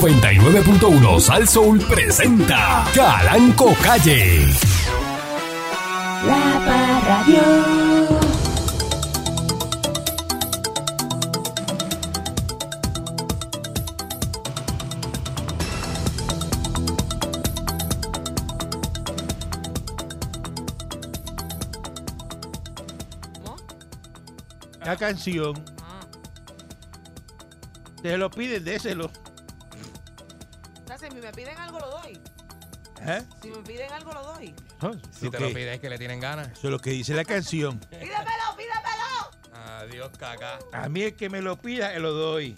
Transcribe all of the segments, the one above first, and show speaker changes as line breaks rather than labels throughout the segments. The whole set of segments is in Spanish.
99.1 Sal Soul presenta Calanco Calle.
La Parradio.
la canción. Te lo piden, déselo.
O sea, si me piden algo, lo doy.
¿Eh?
Si me piden algo, lo doy.
Si te lo pides que le tienen ganas.
Ah, Eso es lo que dice la canción.
¡Pídemelo, pídemelo!
Adiós, caca.
A mí el que me lo pida, se lo doy.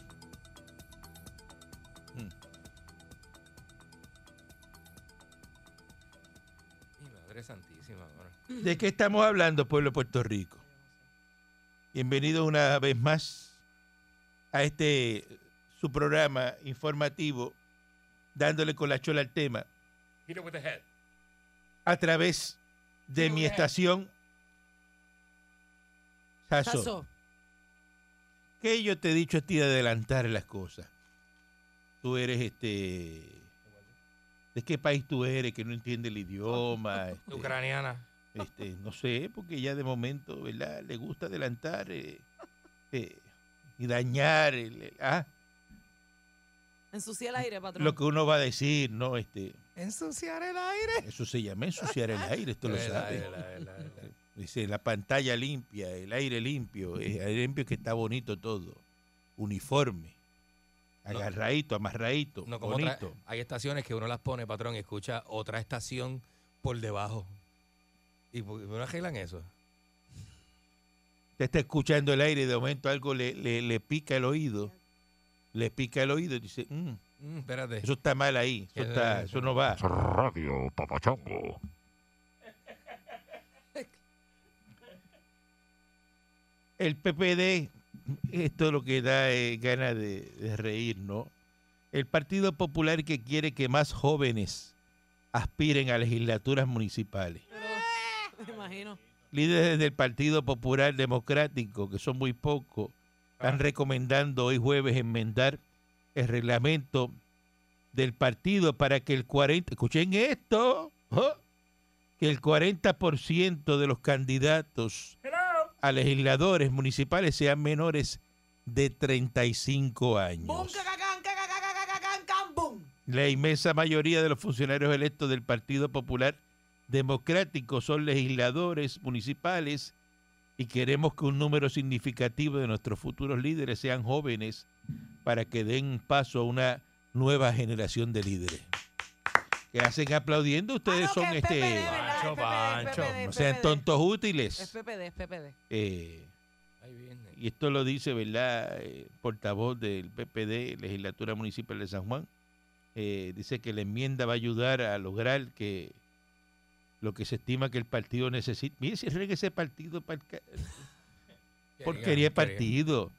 Mi madre santísima, ahora.
¿De qué estamos hablando, pueblo de Puerto Rico? Bienvenido una vez más a este su programa informativo, dándole con la chola al tema,
Hit it with the head.
a través de mi estación. Saso.
Saso.
Que yo te he dicho a ti de adelantar las cosas. Tú eres este. ¿De qué país tú eres que no entiende el idioma? este?
Ucraniana.
este, no sé, porque ya de momento, ¿verdad? Le gusta adelantar eh, eh, y dañar el- el- ah,
Ensucia el aire, patrón.
lo que uno va a decir, ¿no? Este,
Ensuciar el aire.
eso se llama ensuciar el aire, esto lo sabes. Dice, la pantalla limpia, el aire limpio, el aire limpio que está bonito todo, uniforme, agarradito, amarradito,
No, como otra-
bonito.
hay estaciones que uno las pone, patrón, y escucha otra estación por debajo. ¿Y por qué no arreglan eso?
Usted está escuchando el aire y de momento algo le, le- le pica el oído, le pica el oído y dice, "Mm,
Mm, espérate.
eso está mal ahí, eso,
Eso-
está- eso no va.
Radio Papachango.
el PPD, esto es lo que da eh, ganas de, de reír, ¿no? El Partido Popular que quiere que más jóvenes aspiren a legislaturas municipales.
Pero- me imagino.
Líderes del Partido Popular Democrático, que son muy pocos, están recomendando hoy jueves enmendar el reglamento del partido para que el 40, escuchen esto, ¡oh! que el 40% de los candidatos a legisladores municipales sean menores de 35
¡Bum,
años.
cacacán, cacacán, cacacán, cacacán, bum!
La inmensa mayoría de los funcionarios electos del Partido Popular Democrático son legisladores municipales y queremos que un número significativo de nuestros futuros líderes sean jóvenes para que den paso a una nueva generación de líderes. Que hacen aplaudiendo, ustedes
Ah, no,
son
que es
este,
PPD, ¿verdad? Es
Pancho,
PPD, es
Pancho,
PPD,
no
es
sean
PPD.
tontos
Es
útiles.
PPD, es PPD.
Eh,
Ahí viene.
y esto lo dice, ¿verdad? El portavoz del PPD, Legislatura Municipal de San Juan. eh, dice que la enmienda va a ayudar a lograr que lo que se estima que el partido necesita. Mire, cierren ese partido, pa'l ca- porquería de partido.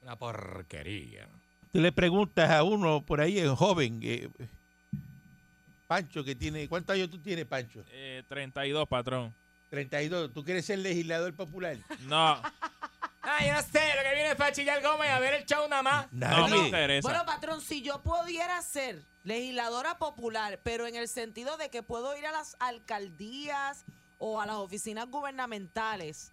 Una porquería.
Tú le preguntas a uno por ahí, el joven, eh, Pancho, que tiene. ¿Cuántos años tú tienes, Pancho?
Eh, 32, patrón.
32. ¿Tú quieres ser legislador popular?
No,
Ah, yo no sé, lo que viene es para chillar Gómez a ver el show nada más.
no me
Nadie.
interesa.
Bueno, patrón, si yo pudiera ser legisladora popular, pero en el sentido de que puedo ir a las alcaldías o a las oficinas gubernamentales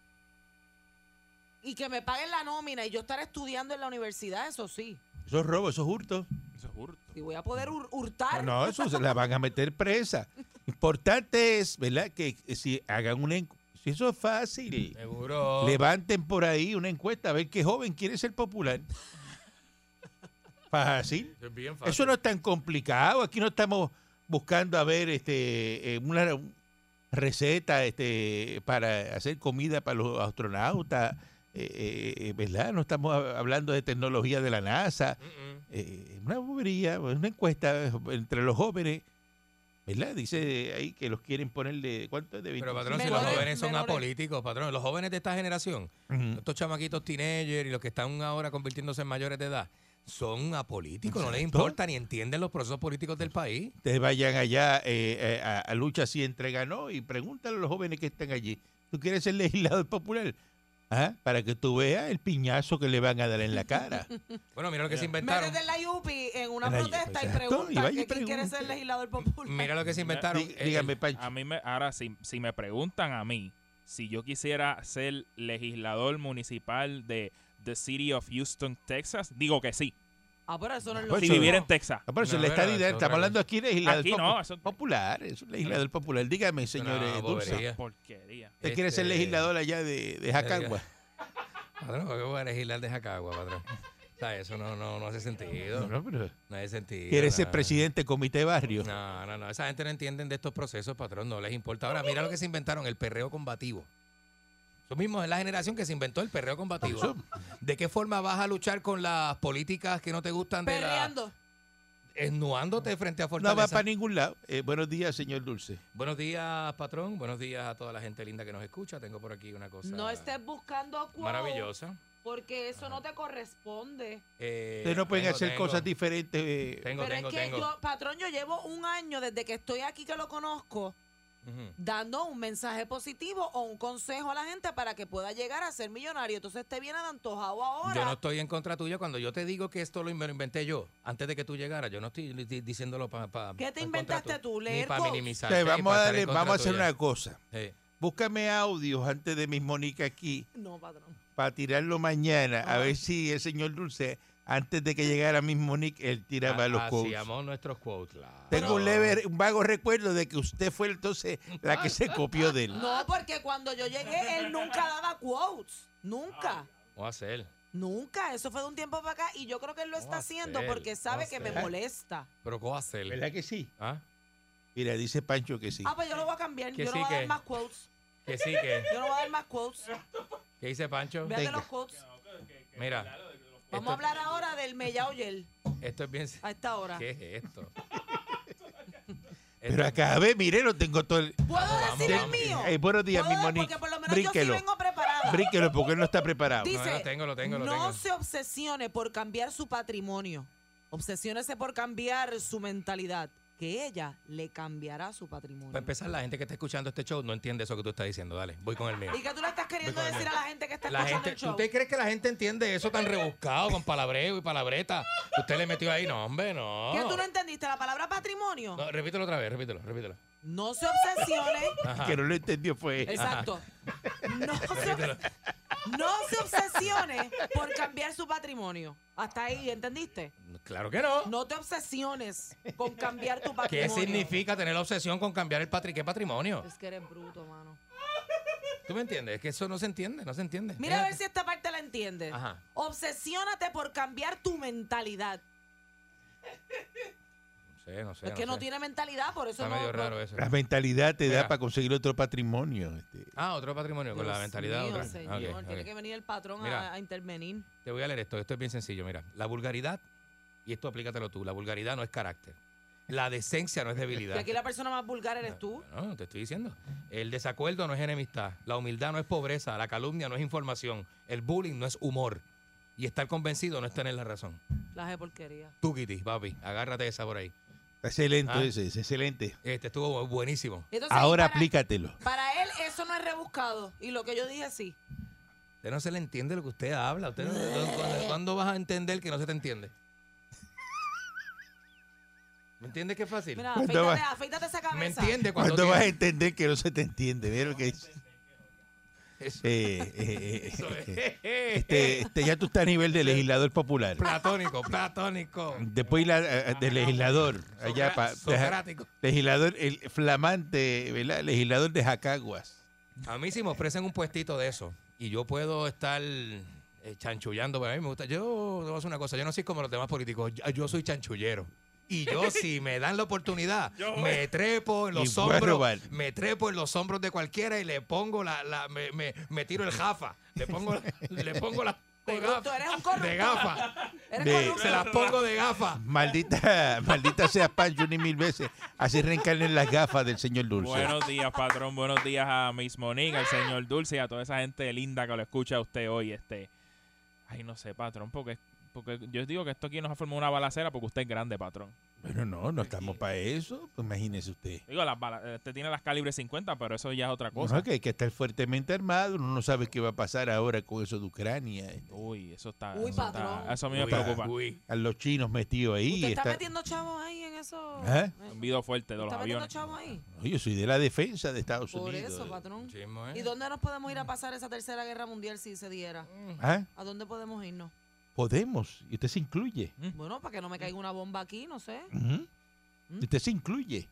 y que me paguen la nómina y yo estar estudiando en la universidad, eso sí.
Eso es robo, eso es hurto.
Eso es hurto.
Y voy a poder hur- hurtar.
No, no, eso se la van a meter presa. Importante es, ¿verdad? Que si hagan una encu- si eso es fácil,
Seguro.
levanten por ahí una encuesta a ver qué joven quiere ser popular. Fácil.
Eso es bien fácil.
Eso no es tan complicado. Aquí no estamos buscando a ver este eh, una receta este para hacer comida para los astronautas, eh, eh, eh, ¿verdad? No estamos hab- hablando de tecnología de la NASA
Mm, mm.
eh, una bobería, una encuesta eh, entre los jóvenes, ¿verdad? Dice ahí que los quieren ponerle, ¿cuánto es de 20?
Pero patrón, si los
Menores,
jóvenes son
menores.
apolíticos, patrón, los jóvenes de esta generación, estos chamaquitos teenagers y los que están ahora convirtiéndose en mayores de edad, son apolíticos, no les
Exacto.
importa ni entienden los procesos políticos del país.
Ustedes vayan allá eh, eh, a, a lucha si entrega no y pregúntale a los jóvenes que están allí. ¿Tú quieres ser legislador popular? Ah, Para que tú veas el piñazo que le van a dar en la cara.
Bueno, mira lo que se inventaron.
Métete en la Yupi en una
Era yo,
protesta y
exacto, y
pregunta
vaya y
que quién quiere
pregunta.
ser legislador popular.
Mira lo que se inventaron.
Dí-
eh,
Dígame, Pancho.
A mí me, ahora, si, si me preguntan a mí si yo quisiera ser legislador municipal de The City of Houston, Texas, digo que sí.
Ah, pero eso no es lo
Pues
Si
eso-
viviera en Texas.
Ah, por eso
No,
le
no,
está
no,
diciendo,
eso
estamos
no,
hablando aquí de legislador
Aquí no, eso-
popular. Es un legislador popular. Dígame, señores
No,
Dulce.
bobería.
¿Usted
Ya.
Porquería.
quiere ser
Este-
legislador allá de, de Jacagua?
Patrón, ¿por qué voy a legislar de Jacagua, patrón? O sea, eso no, no, no hace sentido.
No, no, pero
No hace sentido.
quiere ser
no.
presidente del comité de barrio.
No, no, no. Esa gente no entiende de estos procesos, patrón. No les importa. Ahora, mira lo que se inventaron, el perreo combativo. Eso mismo es la generación que se inventó el perreo combativo.
Eso-
¿De qué forma vas a luchar con las políticas que no te gustan de la...
Peleando.
Esnuándote frente a
no va
Fortaleza?
para ningún lado. Eh, buenos días, señor Dulce.
Buenos días, patrón. Buenos días a toda la gente linda que nos escucha. Tengo por aquí una cosa
No estés buscando quote,
maravillosa.
Porque eso no te corresponde.
Eh,
Ustedes no pueden
tengo,
hacer
tengo,
cosas diferentes. eh,
Tengo,
pero
tengo,
es que
tengo.
yo, patrón, yo llevo un año desde que estoy aquí que lo conozco
Ujú.
dando un mensaje positivo o un consejo a la gente para que pueda llegar a ser millonario. Entonces te viene de antojado ahora.
Yo no estoy en contra tuya cuando yo te digo que esto lo in- me lo inventé yo, antes de que tú llegaras. Yo no estoy di- diciéndolo para...
¿Qué te inventaste tú,
Ni
leer
para
quotes?
minimizar.
ustedes, vamos a, darle, vamos a hacer una cosa.
Sí.
Búscame audios antes de mis Mónica aquí
No, patrón.
para tirarlo mañana. A
Ah.
ver si el señor Dulce, antes de que llegara mis Mónica, él
Ah,
tiraba los quotes.
Hacíamos nuestros quotes, claro.
Tengo un, leve, un vago recuerdo de que usted fue entonces la que se copió de él.
No, porque cuando yo llegué, él nunca daba quotes. Nunca.
Vamos a hacer.
Nunca. Eso fue de un tiempo para acá. Y yo creo que él lo
No
está haciendo
hacer,
porque sabe
no
que me
hacer.
molesta.
Pero ¿cómo hacer?
¿Verdad que sí?
¿Ah?
Mira, dice Pancho que sí.
Ah, pues yo lo voy a cambiar.
Que
Yo no
sí,
voy a dar
que-
más quotes.
Que sí, que...
Yo no voy a dar más quotes.
¿Qué dice Pancho?
Véate
Venga.
los quotes.
Mira,
Vamos a hablar ahora del Mellao Yel
esto es bien...
a esta hora.
¿Qué es esto?
Pero acá, ve, mire, lo tengo todo el...
¿Puedo
Vamos,
decir
vamos.
el mío?
Eh, buenos días, mi
¿Puedo decir?
Monique.
Porque por lo menos yo
Brínquelo,
sí vengo preparada.
brínquelo, porque él no está preparado.
Di- No,
Dice,
lo tengo, lo tengo, lo
no
tengo".
se obsesione por cambiar su patrimonio. Obsesiónese por cambiar su mentalidad. Que ella le cambiará su patrimonio.
Para empezar, la gente que está escuchando este show no entiende eso que tú estás diciendo. Dale, voy con el mío.
¿Y qué tú le estás queriendo
Voy pues, con
decir a
el-
la gente que está
La
escuchando
gente,
el show?
¿Usted cree que la gente entiende eso tan rebuscado con palabreo y palabreta? que Usted le metió ahí, no, hombre, no.
¿Qué tú no entendiste? ¿La palabra patrimonio? No,
No, repítelo otra vez, repítelo, repítelo.
se obsesione.
Ajá.
Que no lo entendió fue él.
Exacto. No se, no se obsesione por cambiar su patrimonio. Hasta ahí, ¿entendiste?
Claro que no.
No te obsesiones con cambiar tu
¿Qué
patrimonio.
significa tener obsesión con cambiar el patri qué patrimonio?
Es que eres bruto, mano.
¿Tú me entiendes? Es que eso no se entiende, no se entiende.
Mira a ver
Fíjate.
si esta parte la entiendes.
Ajá.
Obsesiónate por cambiar tu mentalidad.
No sé, no sé.
es que no
sé.
tiene mentalidad, por eso
Está
no.
medio
no-
raro eso.
La mentalidad te da
Mira.
para conseguir otro patrimonio. este.
Ah, otro patrimonio, con la
Dios
mentalidad
mío,
otra.
señor,
Ah, ok,
tiene
ok.
que venir el patrón a-
Mira.
a intervenir.
Te voy a leer esto, esto es bien sencillo, mira. La vulgaridad, y esto aplícatelo tú, la vulgaridad no es carácter. La decencia no es
Y
debilidad.
aquí la persona más vulgar eres tú.
No, no, Ah, te estoy diciendo. El desacuerdo no es enemistad. La humildad no es pobreza. La calumnia no es información. El bullying no es humor. Y estar convencido no es tener la razón.
Las de porquería.
Tú, Kitty, papi, agárrate esa por ahí.
Está excelente
Ah.
ese, es excelente.
Este estuvo buenísimo.
Entonces,
Ahora
para-
aplícatelo.
Para él eso no es rebuscado. Y lo que yo dije sí.
Usted no se le entiende lo que usted habla. Usted no- ¿cuándo, cuándo vas a entender que no se te entiende? ¿Me entiendes qué fácil?
Mira,
Cuando
afeítate,
va-
afeítate esa cabeza.
¿Me entiende cuando,
Cuando vas a
tienes-
entender que no se te entiende. Mira lo que dice.
Eso-
Eh, eh, eh,
eso
eh, eh.
es.
Este, este, ya tú estás a nivel de legislador popular.
Platónico, platónico.
Después la, eh, de legislador. Allá pa-
Socrático.
Legislador, el flamante, ¿verdad? Legislador de Jacaguas.
A mí si me ofrecen un puestito de eso y yo puedo estar eh, chanchullando, pero a mí me gusta. Yo te voy a hacer una cosa, yo no soy como los demás políticos, yo, yo soy chanchullero. Y yo si me dan la oportunidad, me trepo en los
Y voy a
hombros,
robar.
me trepo en los hombros de cualquiera y le pongo la, la- me, me- me tiro el jafa, le pongo, la- le pongo la de
Corrupto,
gafa,
eres un corrupto.
de gafa,
Eres
De-
corrupto.
se las pongo de gafa.
Maldita, maldita sea Pancho ni mil veces. Así reencarnen las gafas del señor Dulce.
Buenos días, patrón. Buenos días a Miss Monique, al señor Dulce y a toda esa gente linda que lo escucha a usted hoy. Este, ay, no sé, patrón, porque, porque yo digo que esto aquí nos ha formado una balacera porque usted es grande, patrón.
Bueno, no,
Pues
no estamos para eso. Pues imagínese usted.
Digo, las balas, eh, este tiene las calibres 50, pero eso ya es otra
No,
cosa.
que hay que estar fuertemente armado. Uno no sabe qué va a pasar ahora con eso de Ucrania.
Uy, eso está.
Uy,
eso, está-
patrón.
eso a mí me
Uy,
preocupa.
uy.
A los chinos metidos ahí.
¿Usted está,
está-
metiendo chavos ahí en eso?
¿Ah?
Un video fuerte de los
¿Está metiendo
aviones.
chavos ahí?
No, yo soy de la defensa de Estados
Por
Unidos.
eso, patrón.
Chismo,
¿Y
¿eh?
dónde nos podemos ir a pasar esa tercera guerra mundial si se diera?
Mm.
¿Ah?
¿A dónde podemos irnos?
Podemos. Y usted se incluye.
Bueno, para que no me caiga una bomba aquí, no sé.
Ujú.
¿Mm?
Y Usted se incluye.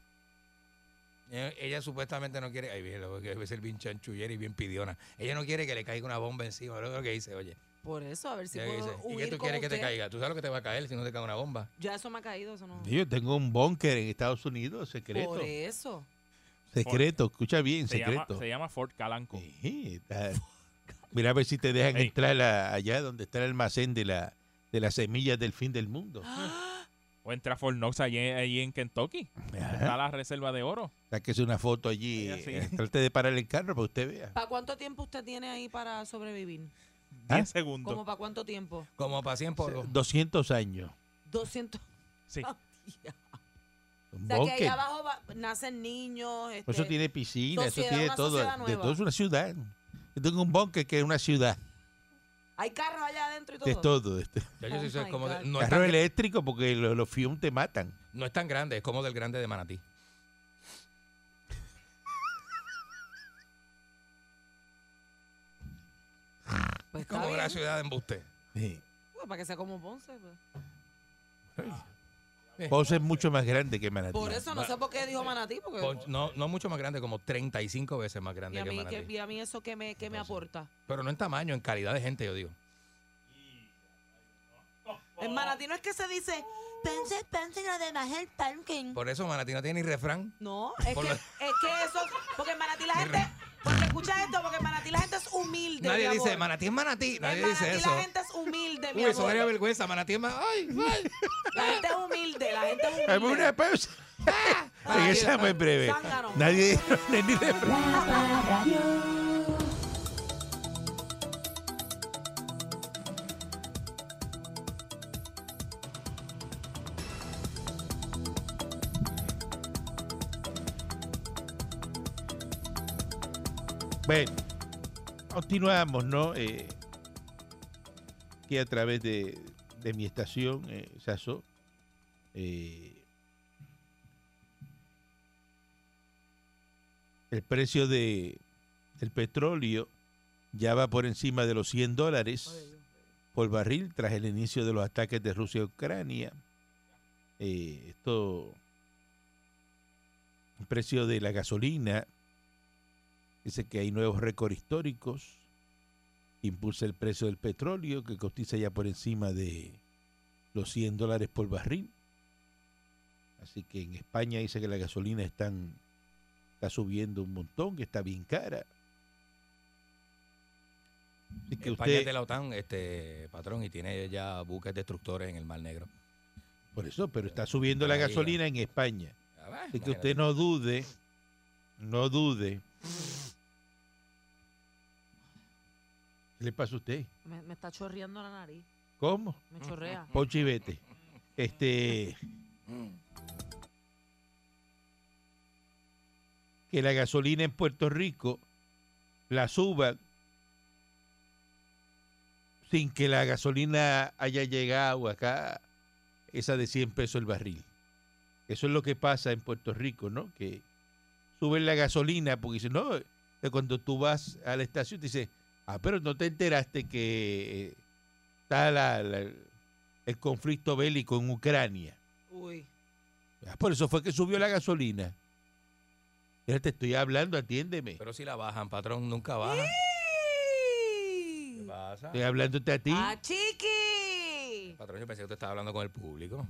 Eh, Ella supuestamente no quiere. Ay, bien, que debe ser bien chanchullera y bien pidiona. Ella no quiere que le caiga una bomba encima. Lo que dice, oye.
Por eso, a ver si
ella que
puedo
dice, ¿Y
huir
qué tú
con
quieres que te
usted.
caiga? Tú sabes lo que te va a caer si no te cae una bomba.
Ya eso me ha caído, eso no.
Yo tengo un búnker en Estados Unidos, secreto.
Ah. Por eso.
Secreto, escucha bien,
Se llama,
secreto.
se llama Fort Calanco.
Sí, está- Mira a ver si te dejan
Ey.
entrar a- allá donde está el almacén de, la, de las semillas del fin del mundo.
O entra a Fort Knox allí, allí en Kentucky. Está la reserva de oro.
Sáquese una foto allí.
Ahí así.
eh, Trate de parar el carro para que usted vea.
¿Para cuánto tiempo usted tiene ahí para sobrevivir?
Ah.
10
¿Cómo
segundos.
para cuánto tiempo?
Como para 100 polvos.
200 años.
200.
Sí.
Ah.
Un
O sea, que
búnker.
ahí abajo va- nacen niños. Este,
Por eso tiene piscina, eso
sociedad,
tiene
una
todo.
sociedad
De
nueva.
todo es una ciudad. Yo tengo un búnker que es una ciudad.
Hay carros allá adentro y todo.
De todo. de este.
Ya yo
Oh
sí soy
my
como de-
God.
no, es
Carro
tan,
eléctrico porque lo- los fium te matan.
no es tan grande, es como del grande de Manatí. Es
Pues está
como
bien.
la ciudad de embuste.
Sí.
Pues, para que sea como Ponce. pues.
Eh.
Ponce es mucho más grande que Manatí.
Por eso no sé por qué dijo Manatí. Porque
Pon- No, no mucho más grande, como 35 veces más
y,
grande
a
que
mí, que-
Manatí.
y a mí eso que me, que me aporta.
Pero no en tamaño, en calidad de gente, yo digo.
En Manatí no es que se dice, pense, pense lo demás el tanking.
Por eso Manatí no tiene ni refrán.
No, es
Por
que,
la-
es que eso, porque en Manatí la gente, porque escucha esto, porque en Manatí la gente es humilde.
Nadie
mi
dice
amor.
Manatí es Manatí.
En
Nadie
Manatí
dice eso.
la gente es humilde, mi
Uy, eso daría
amor.
vergüenza. Manatí es Manatí. ¡Ay! ay.
La gente es humilde, la gente es humilde.
Hagamos una pausa. Regresamos en breve.
Zángano.
Nadie dijo ni refrán. Bueno, continuamos, ¿no? Eh, que a través de, de mi estación, eh, Sasso, eh, el precio de el petróleo ya va por encima de los 100 dólares por barril tras el inicio de los ataques de Rusia a Ucrania. Eh, esto, el precio de la gasolina Dice que hay nuevos récords históricos. Impulsa el precio del petróleo, que cotiza ya por encima de los 100 dólares por barril. Así que en España dice que la gasolina están, está subiendo un montón, que está bien cara. Así que
España es
usted,
de la OTAN, este patrón, y tiene ya buques destructores en el Mar Negro.
por eso, pero está subiendo la
Ahí,
gasolina en España.
Ah, bah,
Así que
imagínate.
usted no dude, no dude. ¿Qué le pasa a usted?
Me, me está chorreando la nariz,
¿Cómo?
me chorrea.
Poncho y vete. Este. Que la gasolina en Puerto Rico la suba sin que la gasolina haya llegado acá, esa de 100 pesos el barril. Eso es lo que pasa en Puerto Rico, ¿no? Que suben la gasolina porque dicen, no, eh, cuando tú vas a la estación te dicen, ah, pero no te enteraste que eh, está la- la, el conflicto bélico en Ucrania.
Uy,
Ah, Por eso fue que subió la gasolina. Ya te estoy hablando, atiéndeme.
Pero si la bajan, patrón, nunca bajan. ¿Qué pasa?
Estoy hablándote a ti.
¡A Ah, chiqui!
Patrón, yo pensé que usted estaba hablando con el público.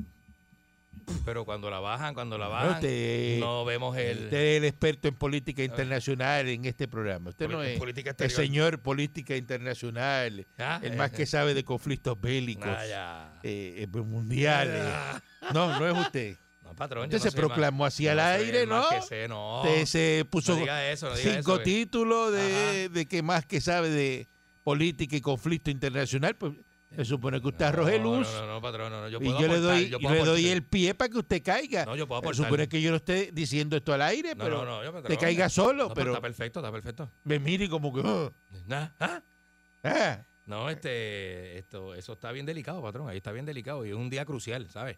Pero cuando la bajan, cuando la
Bueno,
bajan,
usted-
ah, no vemos el... Ah.
Usted es el experto en política internacional en este programa. Usted no
Poli-
es
política
el
exterior.
señor política internacional,
Ah,
el
eh,
más que sabe de conflictos bélicos
Ah, ya.
eh, eh, mundiales.
Ah.
No, no es usted.
No, patrón,
Este, Usted
yo
se
no soy el
proclamó
más-
así al
yo soy
aire,
el más
¿no?
que sé, no.
Usted se puso
No diga eso, no diga
cinco
eso, que-
títulos de,
Ajá.
de que más que sabe de política y conflicto internacional. Pues Se supone que usted arroje
No,
luz.
No, no, no, patrón, no, no, Yo
Y
puedo
yo le
aportar,
doy,
yo
y
puedo
le doy
aportar.
el pie para que usted caiga.
No, yo puedo
Se
aportar.
supone que yo no esté diciendo esto al aire,
No,
pero
no, no, yo me
te
trago.
caiga solo.
No,
pero
Está perfecto, está perfecto.
me mire como que. "Ah,
Nah, ah,
ah".
No, este, esto, eso está bien delicado, patrón. Ahí está bien delicado. Y es un día crucial, ¿sabes?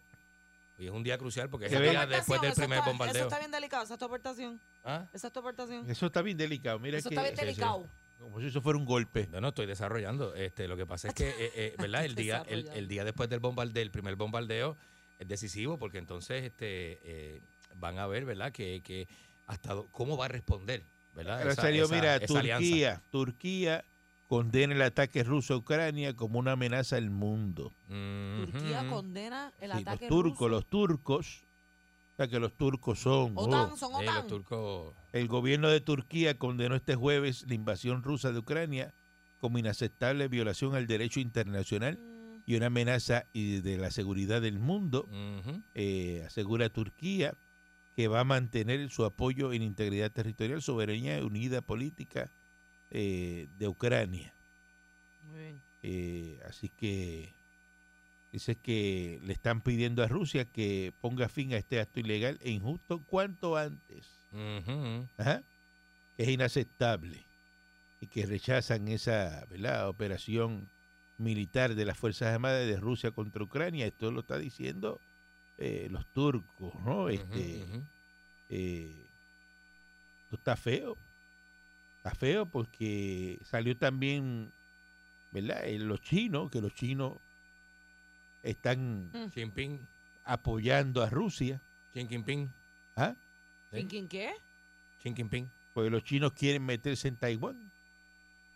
Y es un día crucial porque es
Se
el
ve-
día después del
Eso
primer
está- Eso
bombardeo.
está bien delicado, esa es tu aportación.
¿Ah?
Esa es tu aportación.
Eso está bien delicado. Mira
Mm. Eso
que.
está bien
sí, sí.
delicado.
Como si eso fuera un golpe.
No, no, estoy desarrollando. Este, lo que pasa es que, eh, eh, ¿verdad? El día, el, el día después del bombardeo, el primer bombardeo es decisivo porque entonces este, eh, van a ver, ¿verdad? Que, que hasta do- cómo va a responder, ¿verdad?
Ahora
Esa-
salió,
esa-
mira,
esa alianza.
Turquía. Turquía condena el ataque ruso a Ucrania como una amenaza al mundo.
Ujú.
Turquía condena el
Sí, los
ataque
turcos,
ruso.
los turcos, o sea que los turcos son.
OTAN,
oh.
son
Sí,
OTAN.
los turcos.
El gobierno de Turquía condenó este jueves la invasión rusa de Ucrania como inaceptable violación al derecho internacional
Mm,
y una amenaza y de la seguridad del mundo.
Ujú.
Eh, asegura Turquía que va a mantener su apoyo en integridad territorial, soberanía y unida política eh, de Ucrania.
muy bien.
Eh, así que dice que le están pidiendo a Rusia que ponga fin a este acto ilegal e injusto cuanto antes,
Ujú.
Ajá. que es inaceptable y que rechazan esa ¿verdad? operación militar de las Fuerzas Armadas de Rusia contra Ucrania. Esto lo está diciendo eh, los turcos, ¿no? Este,
Ujú, ujú.
eh, esto está feo. Está feo porque salió también, ¿verdad? Eh, los chinos, que los chinos están
Mm.
Xi Jinping,
apoyando a Rusia,
Xi Jinping,
¿ah?
Sí.
¿Quién, quién qué?
Xi Jinping.
porque los chinos quieren meterse en Taiwán,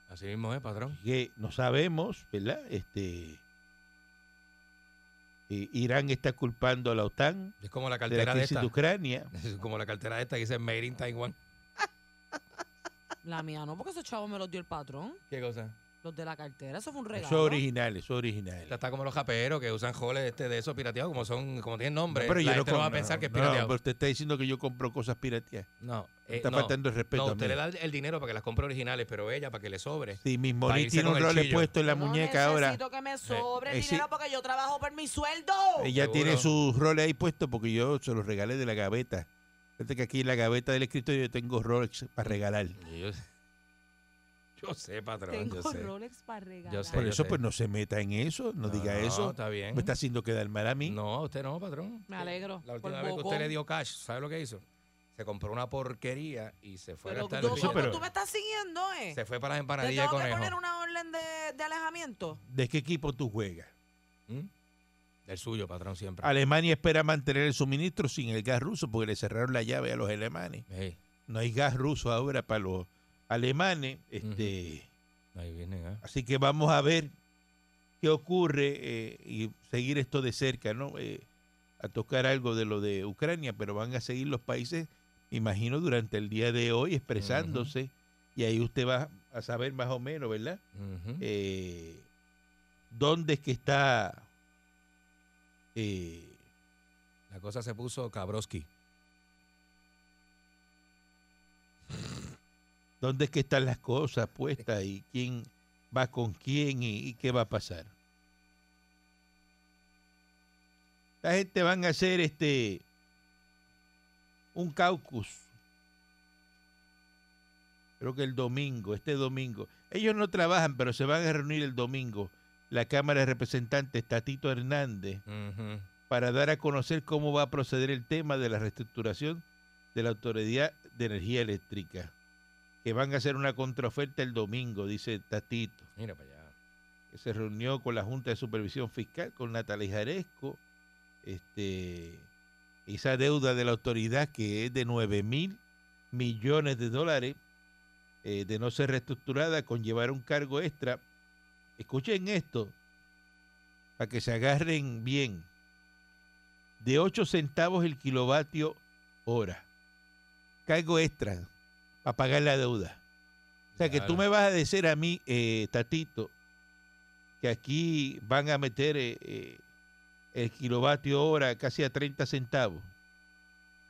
Así mismo es, patrón.
que no sabemos, ¿verdad? Este, eh, Irán está culpando a la OTAN
Es como la
de la
cartera de,
crisis
esta.
de Ucrania.
Es como la cartera de esta que dice Made in Taiwan.
La mía no, porque esos chavos me los dio el patrón.
¿Qué cosa?
Los de la cartera, eso fue un regalo.
Eso original, eso original.
Esta está como los japeros que usan joles este, de esos pirateados, como son, como tienen nombre.
No, pero
la
yo no
gente no va a
compro,
pensar que es
no,
pirateado.
pero
No,
usted está diciendo que yo compro cosas pirateadas.
eh,
está
no.
faltando el respeto.
No,
a
usted
mí.
le da el dinero para que las compre originales, pero ella para que le sobre.
Sí, mis
Para
Moni
irse
tiene
con
un
el
role
chillo.
puesto en la
No
muñeca ahora.
necesito que me sobre
Eh,
el
sí.
dinero porque yo trabajo por mi sueldo.
Ella
Seguro.
tiene sus roles ahí puestos porque yo se los regalé de la gaveta. Fíjate que aquí en la gaveta del escritorio yo tengo Rolex para regalar.
Y Yo, yo sé, patrón,
Tengo
yo sé.
Rolex para regalar.
Yo sé.
Por eso,
sé.
pues no se meta en eso, no, diga eso.
Está bien.
Me está haciendo quedar mal a mí.
No, usted no, patrón.
Me alegro.
La
por
última vez que
bocón.
usted le dio cash, ¿sabe lo que hizo? Se compró una porquería y se fue a
Pero,
gastar
yo-
el billete.
¿cómo
pero-
tú me estás siguiendo, eh?
Se fue para las
¿Te
empanadillas de
tengo que poner
conejo.
una orden de, de alejamiento?
¿De qué equipo tú juegas?
¿Mm? El suyo, patrón, siempre.
Alemania espera mantener el suministro sin el gas ruso porque le cerraron la llave a los alemanes.
Ey,
No hay gas ruso ahora para los alemanes. Este.
ahí viene, ¿eh?
Así que vamos a ver qué ocurre eh, y seguir esto de cerca, ¿no? Eh, a tocar algo de lo de Ucrania, pero van a seguir los países, me imagino, durante el día de hoy expresándose y ahí usted va a saber más o menos, ¿verdad?
Ujú.
Eh, ¿Dónde es que está eh,
La cosa se puso cabroski.
dónde es que están las cosas puestas y quién va con quién y, y qué va a pasar. La gente van a hacer este un caucus. Creo que el domingo, este domingo. Ellos no trabajan, pero se van a reunir el domingo. La Cámara de Representantes, Tatito Hernández,
Ujú.
para dar a conocer cómo va a proceder el tema de la reestructuración de la Autoridad de Energía Eléctrica, que van a hacer una contraoferta el domingo, dice Tatito,
Mira para allá.
que se reunió con la Junta de Supervisión Fiscal, con Natalia Jaresco, este, esa deuda de la autoridad que es de 9 mil millones de dólares, eh, de no ser reestructurada, conllevar un cargo extra. Escuchen esto, para que se agarren bien. De 8 centavos el kilovatio hora. Cargo extra para pagar la deuda. O sea, que tú
Claro.
me vas a decir a mí, eh, Tatito, que aquí van a meter eh, eh, el kilovatio hora casi a 30 centavos.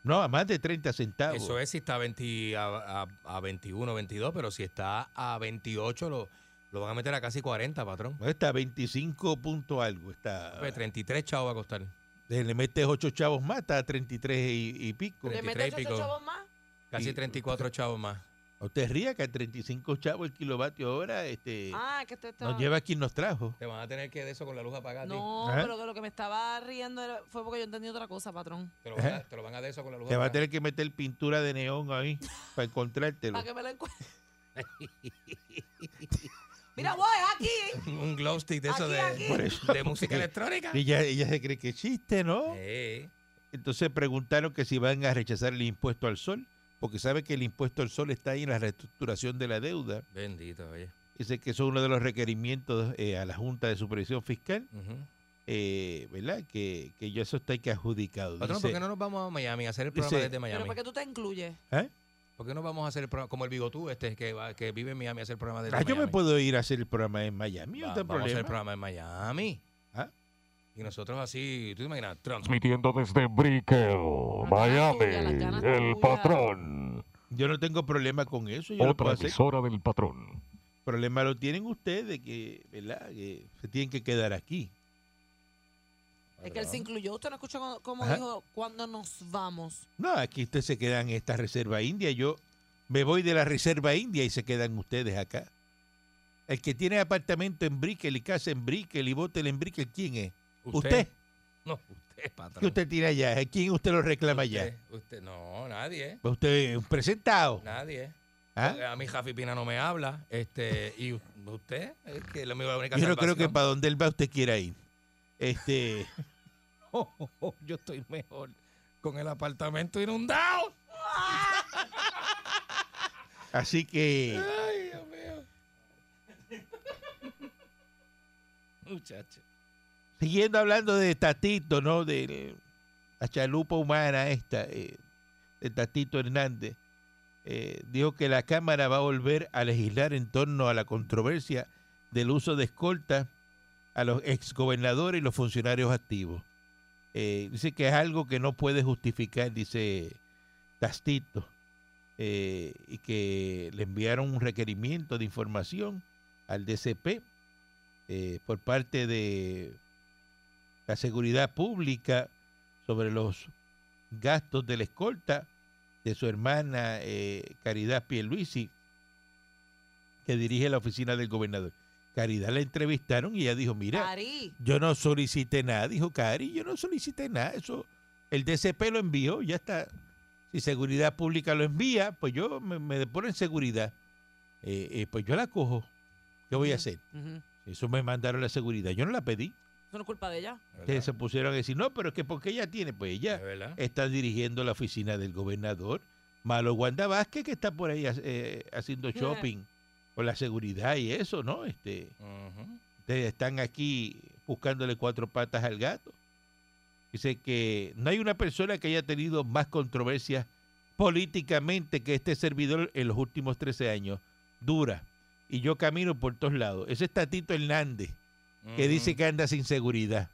No, a más de 30 centavos.
Eso es si está a, 20 a, a- a 21, 22, pero si está a 28, lo, Lo van a meter a casi 40, patrón.
No, Está 25 punto algo. Está,
Pues 33 chavos va a costar.
le metes 8 chavos más, está a 33 y, y pico.
¿Le
23
metes
y
8
pico.
chavos más?
Casi
Y-
34 chavos más.
No te rías que a 35 chavos el kilovatio hora este,
Ah, que te estaba...
nos lleva quien nos trajo.
Te van a tener que de eso con la luz apagada. a ti.
No,
Ajá.
pero que lo que me estaba riendo era- fue porque yo entendí otra cosa, patrón.
Te, lo van a, ¿Eh? te lo van a de eso con la luz
Te va a
apagada.
tener que meter pintura de neón ahí para encontrártelo.
Para que me lo encuentre. Mira, vos, es aquí.
Un glow stick de eso
Aquí,
de,
aquí.
Por eso.
de música electrónica.
Ella, ella se cree que es chiste, ¿no?
Eh,
Entonces preguntaron que si van a rechazar el impuesto al sol, porque sabe que el impuesto al sol está ahí en la reestructuración de la deuda.
bendito, oye.
Dice que eso es uno de los requerimientos eh, a la Junta de Supervisión Fiscal,
Ujú.
eh, ¿verdad? Que, que ya eso está ahí que adjudicado.
Patrón,
Dice,
¿por qué no nos vamos a Miami a hacer el programa
dice-
desde
Pero
Miami?
¿por qué tú te incluyes?
¿eh?
¿Por qué no vamos a hacer el programa como el bigotú este que, va- que vive en Miami a hacer el programa desde
Ah, yo
Miami?
me puedo ir a hacer el programa en Miami, no
Va- vamos
hay
a hacer el
problema.
programa en Miami.
Ah.
Y nosotros así, tú te imaginas, transmit.
Transmitiendo desde Brickell, Miami,
tuyas, las ganas
el
tuyas.
patrón.
Yo no tengo problema con eso, yo lo puedo
Otra
hacer.
emisora del patrón.
problema lo tienen ustedes que, ¿verdad? que se tienen que quedar aquí.
Es que él se incluyó. Usted no escuchó cómo- cómo
Ajá.
dijo cuando nos vamos.
No, aquí ustedes se quedan en esta reserva india. Yo me voy de la reserva india y se quedan ustedes acá. El que tiene apartamento en Brickell y casa en Brickell y botel en Brickell, ¿quién es? ¿Usted?
No, usted, patrón.
¿Qué usted tiene allá? ¿Quién usted lo reclama allá?
Usted, usted- no, nadie,
Pues Usted es un presentado.
nadie.
¿ah?
A mí Jafi Pina no me habla. Este, y u- usted, es que es la única
Yo no creo que
salvación.
para donde él va usted quiera ir. Este,
Yo estoy mejor con el apartamento inundado.
así que
Ay, Dios mío. Muchacho.
Siguiendo hablando de Tatito, ¿no? De la chalupa humana esta, eh, de Tatito Hernández, eh, dijo que la Cámara va a volver a legislar en torno a la controversia del uso de escolta a los exgobernadores y los funcionarios activos. Eh, dice que es algo que no puede justificar, dice Tatito, eh, y que le enviaron un requerimiento de información al DCP eh, por parte de la seguridad pública sobre los gastos de la escolta de su hermana eh, Caridad Pierluisi, que dirige la oficina del gobernador. Caridad la entrevistaron y ella dijo, mira,
Ari.
yo no solicité nada, dijo Cari, yo no solicité nada, eso el DCP lo envió, ya está. Si seguridad pública lo envía, pues yo me, me pone en seguridad, Eh, eh, pues yo la cojo. ¿Qué voy a
Ujú.
hacer?
Ujú.
Eso me mandaron la seguridad, yo no la pedí.
Eso no es culpa de ella.
Ustedes se pusieron a decir, no, pero es que porque ella tiene, pues
¿De
ella
verdad?
está dirigiendo la oficina del gobernador. Malo Wanda Vázquez, que está por ahí eh, haciendo
Ya.
shopping con la seguridad y eso, ¿no? Este,
Ujú.
ustedes están aquí buscándole cuatro patas al gato. Dice que no hay una persona que haya tenido más controversias políticamente que este servidor en los últimos 13 años. Dura. Y yo camino por todos lados. Ese es Tatito Hernández que
Ujú.
dice que anda sin seguridad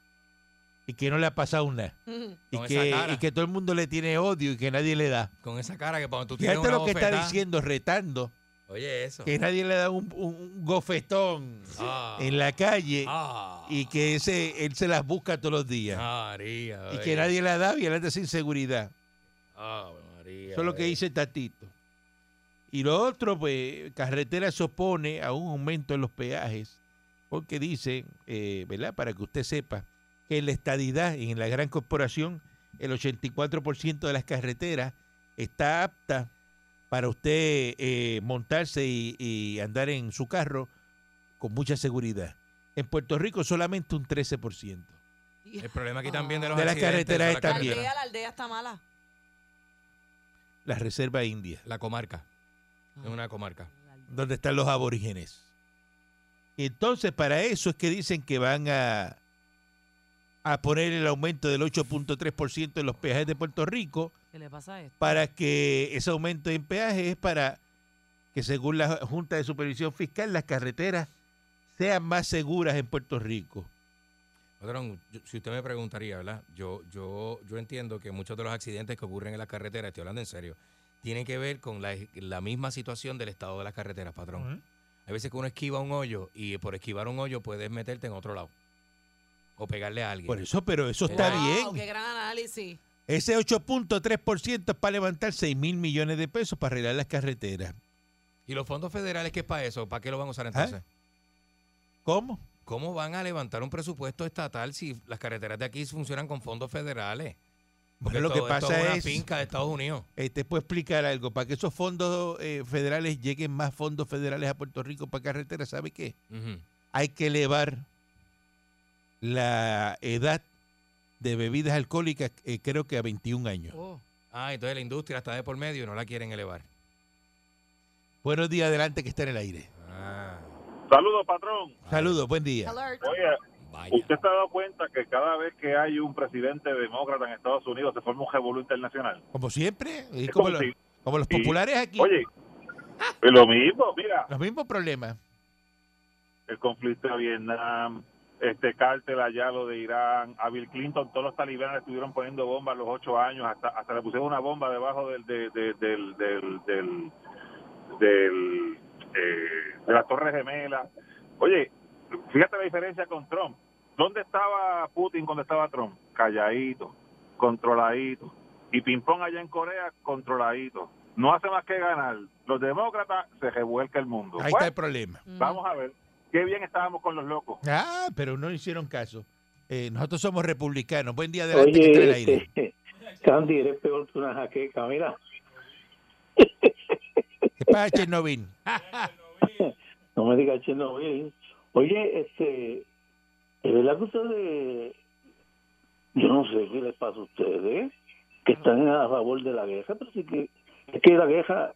y que no le ha pasado nada
Ujú.
y
Con esa
que,
cara.
y que todo el mundo le tiene odio y que nadie le da.
Con esa cara que cuando tú tienes
Fíjate
una
lo que está
bofetada-
diciendo, retando,
Oye, eso.
que nadie le da un, un- un gofetón
Ah.
en la calle
Ah.
y que ese él se las busca todos los días.
María,
y
oye.
que nadie le ha dado y él anda sin seguridad.
Ah, María,
Eso es lo que
oye.
dice Tatito. Y lo otro, pues, carretera se opone a un aumento en los peajes, porque dice, eh, ¿verdad? Para que usted sepa que en la estadidad, en la gran corporación, el 84% de las carreteras está apta para usted eh, montarse y, y andar en su carro con mucha seguridad. En Puerto Rico solamente un 13%.
Y-
El problema aquí también de los
Ah. De la
accidentes,
carretera
de
esta
La
también.
aldea, la aldea está mala.
La Reserva India.
La comarca. Es una comarca.
donde están los aborígenes. Y entonces para eso es que dicen que van a, a poner el aumento del 8.3% en los peajes de Puerto Rico,
¿Qué le pasa a esto?
para que ese aumento en peajes es para que según la Junta de Supervisión Fiscal las carreteras sean más seguras en Puerto Rico.
Patrón, yo- si usted me preguntaría, ¿verdad? Yo, yo, yo entiendo que muchos de los accidentes que ocurren en las carreteras, estoy hablando en serio, tienen que ver con la, la misma situación del estado de las carreteras, patrón. Hay veces que uno esquiva un hoyo y por esquivar un hoyo puedes meterte en otro lado. O pegarle a alguien.
Por eso, pero eso
Wow,
está
Wow, Qué
bien.
gran análisis.
Ese 8.3% es para levantar 6 mil millones de pesos para arreglar las carreteras.
¿Y los fondos federales qué es para eso? ¿Para qué lo van a usar entonces?
¿Eh? ¿Cómo?
¿Cómo van a levantar un presupuesto estatal si las carreteras de aquí funcionan con fondos federales?
Bueno, lo que
todo esto
pasa
una
es,
finca de Estados Unidos.
eh, te puedo explicar algo, para que esos fondos eh, federales lleguen más fondos federales a Puerto Rico para carreteras, ¿sabe qué?
Ujú.
Hay que elevar la edad de bebidas alcohólicas, eh, creo que a 21 años.
Ah, entonces la industria está de por medio y no la quieren elevar.
Buenos días, adelante que está en el aire.
Ah,
Saludos, patrón.
Saludos, buen día.
Alert.
Oye,
vaya.
¿usted se ha dado cuenta que cada vez que hay un presidente demócrata en Estados Unidos se forma un revolú internacional?
Como siempre, y
Es
como,
como
los,
si-
como los
sí.
populares aquí,
Oye, es lo mismo, mira,
los mismos problemas.
el conflicto de Vietnam, este cártel allá, lo de Irán, a Bill Clinton, todos los talibanes le estuvieron poniendo bombas a los ocho años, hasta, hasta le pusieron una bomba debajo del, de- de- del, del, del, del, eh, de las Torres Gemelas. Oye, fíjate la diferencia con Trump. ¿Dónde estaba Putin cuando estaba Trump? Calladito, controladito. Y ping-pong allá en Corea, controladito. No hace más que ganar. Los demócratas se revuelca el mundo.
Ahí
Bueno,
está el problema.
Vamos a ver. Qué bien estábamos con los locos.
Ah, pero no hicieron caso. Eh, nosotros somos republicanos. Buen día adelante que está en el aire.
este, Candy, eres peor que una jaqueca, mira.
¿Qué pasa, Chernobyl?
No me digas Chernobyl. Oye, este, es verdad que ustedes, yo no sé qué les pasa a ustedes, que están a favor de la guerra, pero sí que, es que la guerra,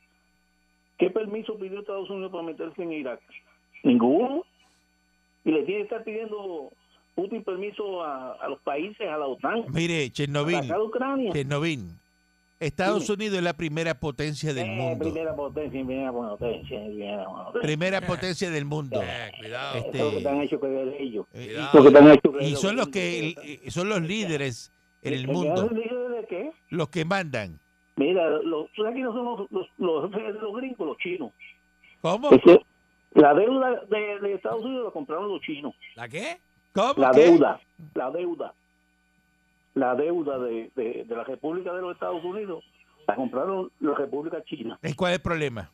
¿qué permiso pidió Estados Unidos para meterse en Irak? Ninguno. Y le tiene que estar pidiendo Putin permiso a, a los países, a la OTAN,
Mire,
para
Chernobyl,
atacar a Ucrania.
Chernobyl. Estados
Dime.
Unidos es la primera potencia del
Eh,
mundo.
Primera potencia, primera potencia, primera potencia.
Primera potencia del mundo.
Eh, cuidado.
Este,
Lo que te han hecho creer ellos.
Eh,
Cuidado.
Lo que te han hecho creer
Y son los que
ellos.
eh, son los líderes en el
¿Te
mundo,
quedas líder de qué?
los que mandan.
Mira, los aquí no somos los, los jefes de los gringos, los chinos.
¿Cómo?
Es que La deuda de, de Estados Unidos la compraron los chinos.
¿La qué?
¿Cómo?
La
¿Qué?
deuda, la deuda, la deuda de, de, de la República de los Estados Unidos la compraron la República China.
¿Y Eh, ¿Cuál es el problema?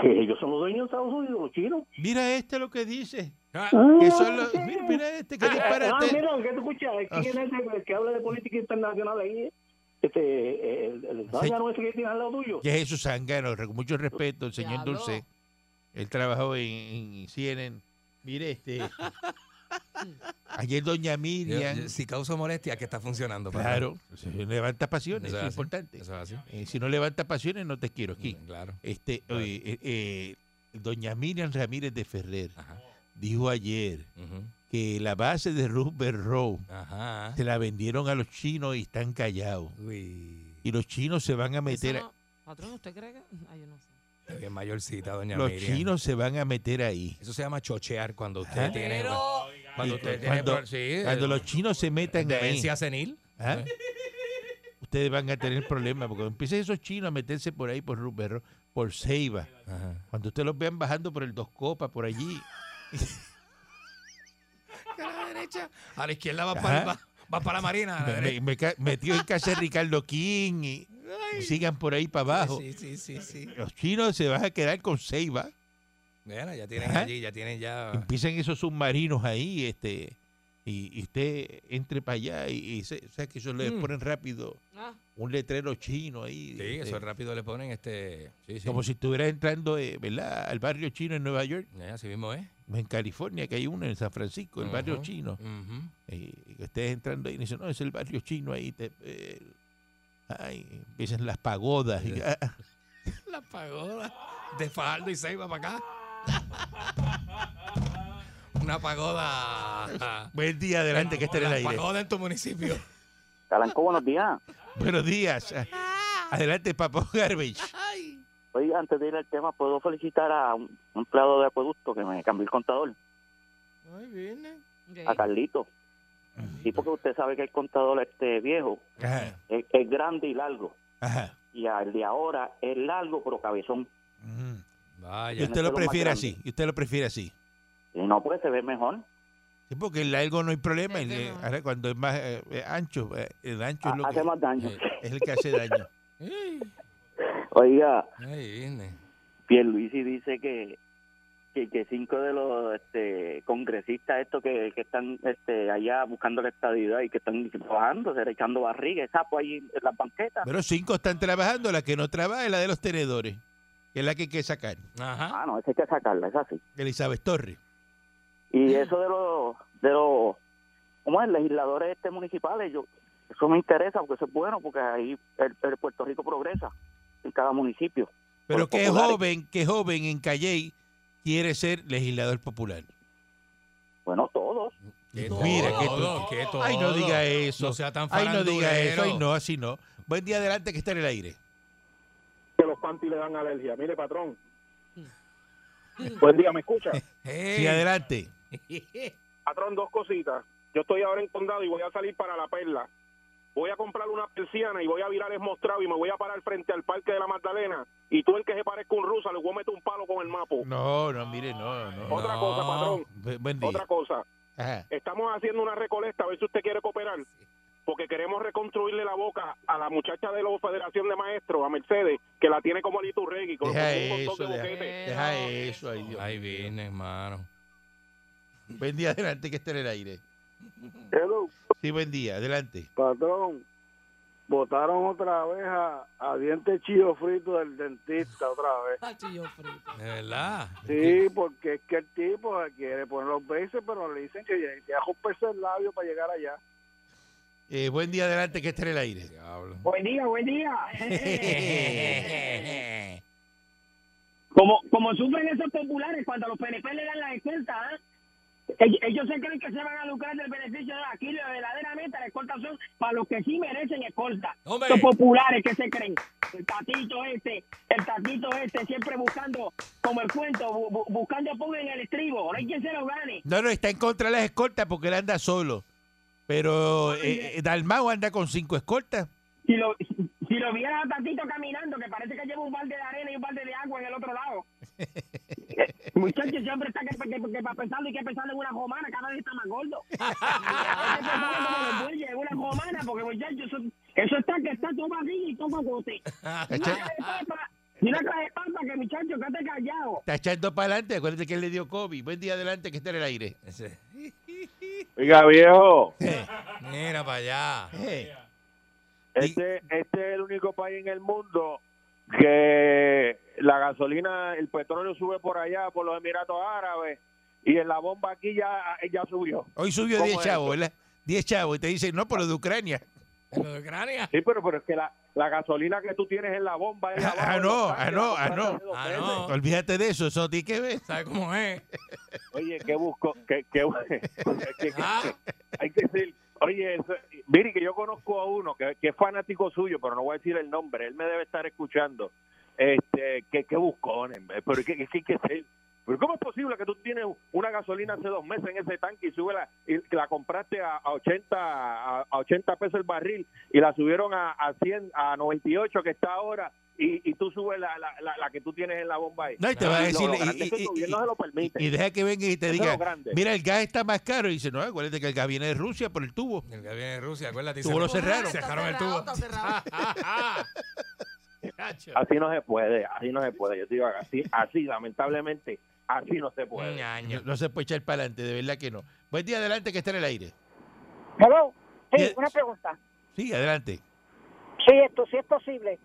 Que ellos son los dueños de Estados Unidos, los chinos.
Mira este lo que dice.
Ah,
Que
Ah,
son los-
sí.
mira, mira este que
Ah,
disparate.
mira, ¿qué te escuchas?
Ah.
¿Quién es ese que- que habla de política internacional ahí? Este, el, el, el
Sí.
no ese que tiene al lado tuyo.
Ya Jesús Sangano, con mucho respeto, el señor
Diablo.
Dulce. Él trabajó en, en CNN. Mire este. Ayer doña
Yo-
Miriam.
yo- si causa molestia, que está funcionando. padre.
Claro, si levanta pasiones,
Eso
es
es así.
importante.
Eso es así. Mm,
Eh, si no levanta pasiones, no te quiero aquí.
Claro.
Este,
Claro.
oye, eh, eh, doña Miriam Ramírez de Ferrer
Ajá.
dijo ayer
Ujú.
que la base de Rupert Row
Ajá.
se la vendieron a los chinos y están callados.
Uy.
Y los chinos se van a
Eso
meter,
no- Patrón, ¿usted cree que? Ay, yo no sé.
Está bien mayorcita, doña
los
Miriam.
chinos se van a meter ahí.
Eso se llama chochear cuando usted
Ajá.
tiene... Cuando
Y
usted
cuando-
tiene... sí,
Cuando
eh,
los chinos se metan ahí,
Demencia senil.
¿ah? ustedes van a tener problemas porque empiecen esos chinos a meterse por ahí por Rupert Row, por Ceiba.
Ajá.
Cuando ustedes los vean bajando por el Dos Copas, por allí,
A la derecha. A la izquierda va
Ajá.
para, va, va para la marina. A la
me, me-
derecha.
me ca- metió en casa de Ricardo King y, y sigan por ahí para abajo.
Sí, sí, sí, sí.
Los chinos se van a quedar con Ceiba.
Bueno, ya tienen
Ajá.
allí, ya tienen ya...
Empiezan esos submarinos ahí, este, y, y usted entre para allá y, y se, o sea que eso le
Mm.
ponen rápido
Ah,
un letrero chino ahí.
Sí,
este,
eso rápido le ponen este... Sí, sí.
Como si estuviera entrando, eh, ¿verdad? Al barrio chino en Nueva York,
Eh, Así mismo es.
en California, que hay uno en San Francisco, el barrio
Ujú.
chino.
Ujú.
Eh, que ustedes entrando ahí y dicen, no, es el barrio chino ahí. Te, eh, ay, empiezan las pagodas. y- ah, ah.
La pagoda de Fajardo y Seiba para acá. Una pagoda.
buen día, adelante, que esté en Este el
La
aire.
Pagoda en tu municipio.
Calanco, buenos días.
Buenos días. Adelante, Papo Garbage.
Oye, antes de ir al tema, ¿puedo felicitar a un un empleado de acueducto que me cambió el contador?
ok.
A Carlito. Sí, porque usted sabe que el contador este viejo
Ajá,
es, es grande y largo.
ajá.
Y al de ahora es largo pero cabezón.
Mm.
Vaya.
Y usted lo
pelo más
prefiere
grande.
así, y usted lo prefiere así.
Y no, pues se ve mejor.
Sí, porque el largo no hay problema, el-
Es que
eh,
no.
ahora cuando es más eh, eh, ancho, eh, el ancho es lo
Ha- Ah, hace más
que eh,
daño.
es el que hace daño.
Oiga,
Ay, Irne.
Pierluisi dice que, que, que cinco de los este, congresistas estos que, que están este, allá buscando la estadidad y que están trabajando, se echando barriga, sapo ahí en las banquetas.
Pero cinco están trabajando, la que no trabaja es la de los tenedores, que es la que hay que sacar.
Ajá.
Ah, no, esa hay que sacarla, es así.
Elizabeth Torres.
Y eso de los, de los ¿cómo es? legisladores este municipales, yo eso me interesa porque eso es bueno, porque ahí el, el Puerto Rico progresa en cada municipio.
Pero
Por
qué
populares.
joven, qué joven en Calley quiere ser legislador popular.
Bueno, todos.
Qué
Mira,
todo,
qué todo.
qué todo.
Ay, no diga eso.
No sea tan
Ay, no diga eso. Ay,
farandulero.
no, así no. Buen día adelante que está en el aire.
que los panties le dan alergia. Mire, patrón. Buen día, ¿me escucha?
Ey.
Sí, adelante.
Patrón, dos cositas. Yo estoy ahora en condado y voy a salir para la perla. Voy a comprar una persiana y voy a virar esmostrado y me voy a parar frente al parque de la Magdalena. Y tú, el que se parezca un rusa, le voy a meter un palo con el mapo.
No, no, mire, no, no.
Otra
no.
cosa, patrón.
Bu- Buen día.
Otra cosa.
Ajá.
Estamos haciendo una recolecta, a ver si usted quiere cooperar. Porque queremos reconstruirle la boca a la muchacha de la Federación de Maestros, a Mercedes, que la tiene como Liturregui, con
Deja
con un
eso,
montón de
deja,
boquete.
deja eso. Ay, Dios.
Ay, Virne, hermano.
Buen día adelante que está en el aire. Sí, buen día, adelante.
Patrón, votaron otra vez a, a diente chido frito del dentista otra vez.
Chillo Ah, frito.
De verdad.
Sí, porque es que el tipo se quiere poner los braces, pero le dicen que ya- que ajustarse el labio para llegar allá.
Eh, buen día adelante que está en el aire.
Diablo.
Buen día, buen día.
Ay,
Como, como sufren esos populares cuando los PNP le dan la descuenta, ¿ah? Ell- ellos se creen que se van a lucrar del beneficio. No, Aquí la verdadera meta de escolta son para los que sí merecen escolta.
Hombre.
Los populares que se creen. El tatito este, el tatito este, siempre buscando, como el cuento, bu- bu- buscando pon en el estribo. No hay quien se lo gane.
No, no, está en contra de las escoltas porque él anda solo. Pero eh, eh, Dalmau anda con cinco escoltas.
Si lo, si lo vieras a tatito caminando, que parece que lleva un balde de arena y un balde de agua en el otro lado. Eh, Muchachos, siempre está que, que, que va pensando y que pensando en una romana, cada vez está más gordo. Hay que pensar como los bueyes, en una romana, porque muchachos, eso, eso está que está todo barriga y todo cogote.
Ah.
Y una caja de papa, y una caja de papa que muchachos, quédate callado.
Está echando para adelante. Acuérdate que él le dio COVID. Buen día adelante que está en el aire.
Ese-
Oiga, viejo,
Mira para allá.
Eh,
este, este es el único país en el mundo que la gasolina, el petróleo sube por allá, por los Emiratos Árabes, y en la bomba aquí ya, ya subió.
hoy subió
¿Cómo
10
es
chavos,
eso?
¿verdad? 10 chavos. Y te dicen, no, por lo de Ucrania.
Lo de Ucrania.
Sí, pero, pero es que la, la gasolina que tú tienes en la bomba es
Ah,
abajo
ah,
de
no,
los
ah,
tanques,
no,
la
ah, no.
compras de dos
Ah,
pesos.
no.
Olvídate de eso, eso no tiene que ver.
¿Sabes cómo es?
Oye, ¿qué busco? ¿Qué, qué, es que- que-
Ah.
hay que decir, oye, eso- mire que yo conozco a uno que, que es fanático suyo, pero no voy a decir el nombre, él me debe estar escuchando. Este, que, que buscones, eh, pero que, que, que, que ser- pero ¿cómo es posible que tú tienes una gasolina hace dos meses en ese tanque y sube la, y la compraste a, a 80 a, a 80 pesos el barril y la subieron a, a 100 a 98 que está ahora y, y tú subes la, la, la- la que tú tienes en la bomba ahí?
No, y te va a
Lo-
decir.
Ah, lo
y-
grande
y-
es que el
y-
gobierno se lo permite.
y deja que venga y te
Eso es
diga,
lo grande.
mira, el gas está más caro. Y dice, no, acuérdate que el gas viene de Rusia por el tubo.
El que viene de Rusia, acuérdate. y
Tuvo lo
se-
cerraron.
Cerraron el tubo.
Está cerrado,
Chacho.
Así no se puede, así no se puede. Yo te digo, así, así lamentablemente, así no se puede.
Ñaño.
No, no se puede echar para adelante, de verdad que no. Buen día adelante que está en el aire.
Hello,
Sí, Yes. una
pregunta.
Sí, adelante.
Sí, esto sí es posible.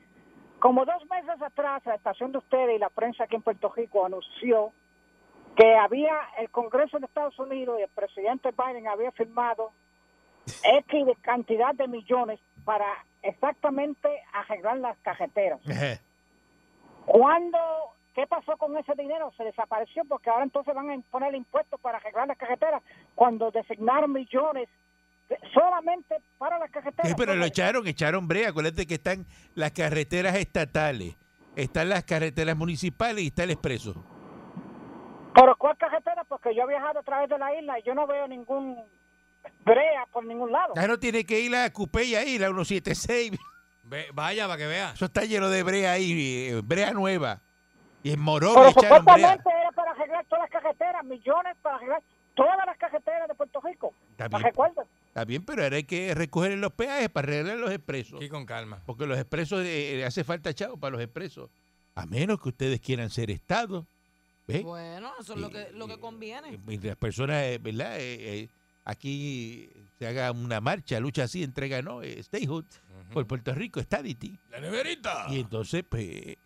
Como dos meses atrás, la estación de ustedes y la prensa aquí en Puerto Rico anunció que había el Congreso de Estados Unidos y el presidente Biden había firmado X de cantidad de millones para exactamente arreglar las carreteras. ¿Cuándo, qué pasó con ese dinero? Se desapareció porque ahora entonces van a imponer impuestos para arreglar las carreteras cuando designaron millones de- solamente para las carreteras.
Sí, pero lo
Entonces,
echaron, echaron brea. Acuérdate que están las carreteras estatales, están las carreteras municipales y está el expreso.
¿Pero cuál carretera? Porque yo he viajado a través de la isla y yo no veo ningún brea por ningún lado.
Ya no tiene que ir a Cupé y ahí, la 176.
Ve- vaya para que veas.
Eso está lleno de brea ahí, eh, brea nueva. Y en Morón
Pero
echaron brea.
supuestamente era para arreglar todas las carreteras, millones para arreglar todas las carreteras de Puerto Rico.
Está
¿Las
bien,
recuerdas?
está bien, pero ahora hay que recoger los peajes para arreglar los expresos.
Y con calma.
Porque los expresos, eh, hace falta chavo para los expresos. A menos que ustedes quieran ser Estado. Eh, ¿Ves?
Bueno, eso es lo que, lo que conviene.
y las personas, eh, ¿verdad? Eh, eh, aquí se haga una marcha, lucha así, entrega, ¿no? Eh, Statehood por Puerto Rico, Stadity.
¡La neverita!
Y entonces, pues,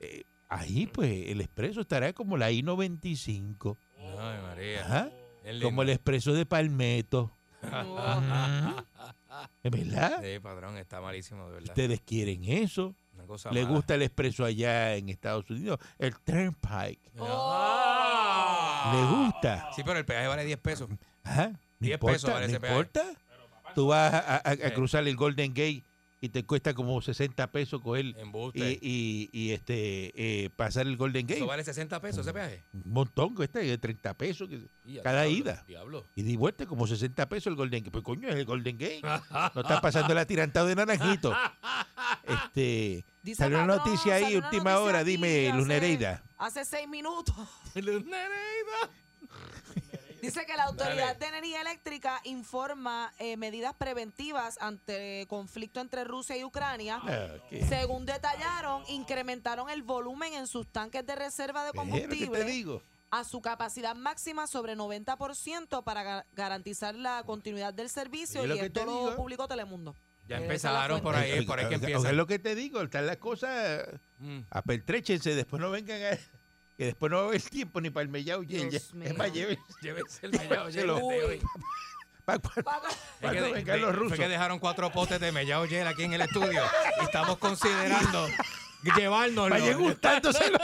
eh, ahí, pues, el expreso estará como la I-95,
Ay, María.
Ajá.
Es lindo.
como el expreso de Palmetto.
Ajá.
¿Es verdad?
Sí, padrón, está malísimo, de verdad.
Ustedes quieren eso.
Una cosa
Le
mala.
gusta el expreso allá en Estados Unidos, el Turnpike. Le Oh.
Ah.
gusta.
Sí, pero el peaje vale 10 pesos.
Ajá, No
10
importa,
pesos vale
no
ese peaje.
importa. Tú vas a, a- a
Sí.
cruzar el Golden Gate y te cuesta como 60 pesos
Eh,
coger
Embuste.
y, y, y, este eh, pasar el Golden Gate.
¿Eso vale 60 pesos ese peaje?
Un montón, cuesta de 30 pesos que-
Y a
cada
diablo,
ida.
Diablo.
Y di vuelta como 60 pesos el Golden Gate. Pues coño, es el Golden Gate. No estás pasando el atirantado de naranjito. Este,
Dice
salió una
patrón,
noticia ahí,
salió una
última
noticia
hora.
aquí
Dime,
hace-
Luz Nereida.
Hace seis minutos.
Luz Nereida.
Dice que la Autoridad de Energía Eléctrica informa eh, medidas preventivas ante conflicto entre Rusia y Ucrania.
Ah, ¿qué?
Según detallaron, incrementaron el volumen en sus tanques de reserva de
Pero, ¿Qué te
combustible
digo?
a su capacidad máxima sobre 90% para ga- garantizar la continuidad del servicio
Oye, lo
y
que te
esto lo
digo.
publicó Telemundo.
Ya
Eh,
empezaron por ahí,
Oiga,
por ahí que
oiga, oiga
empiezan.
lo que te digo, están las cosas,
Mm.
apertréchense, después no vengan a... Que después no va a haber tiempo ni para el mellao. y el-
Dios
Es más,
mío.
lleven
Llévense el mellao
Se lo-
Yel de hoy.
pa- pa-
Es que
cuando
de-
vengan
de-
los
Fue
rusos.
que dejaron cuatro potes de mellao Yel aquí en el estudio. Y estamos considerando llevárnoslo.
Vayan gustándoselo.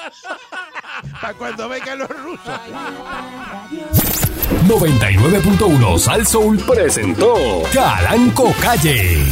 para cuando vengan los rusos.
99.1 Sal Soul presentó Calanco Calle.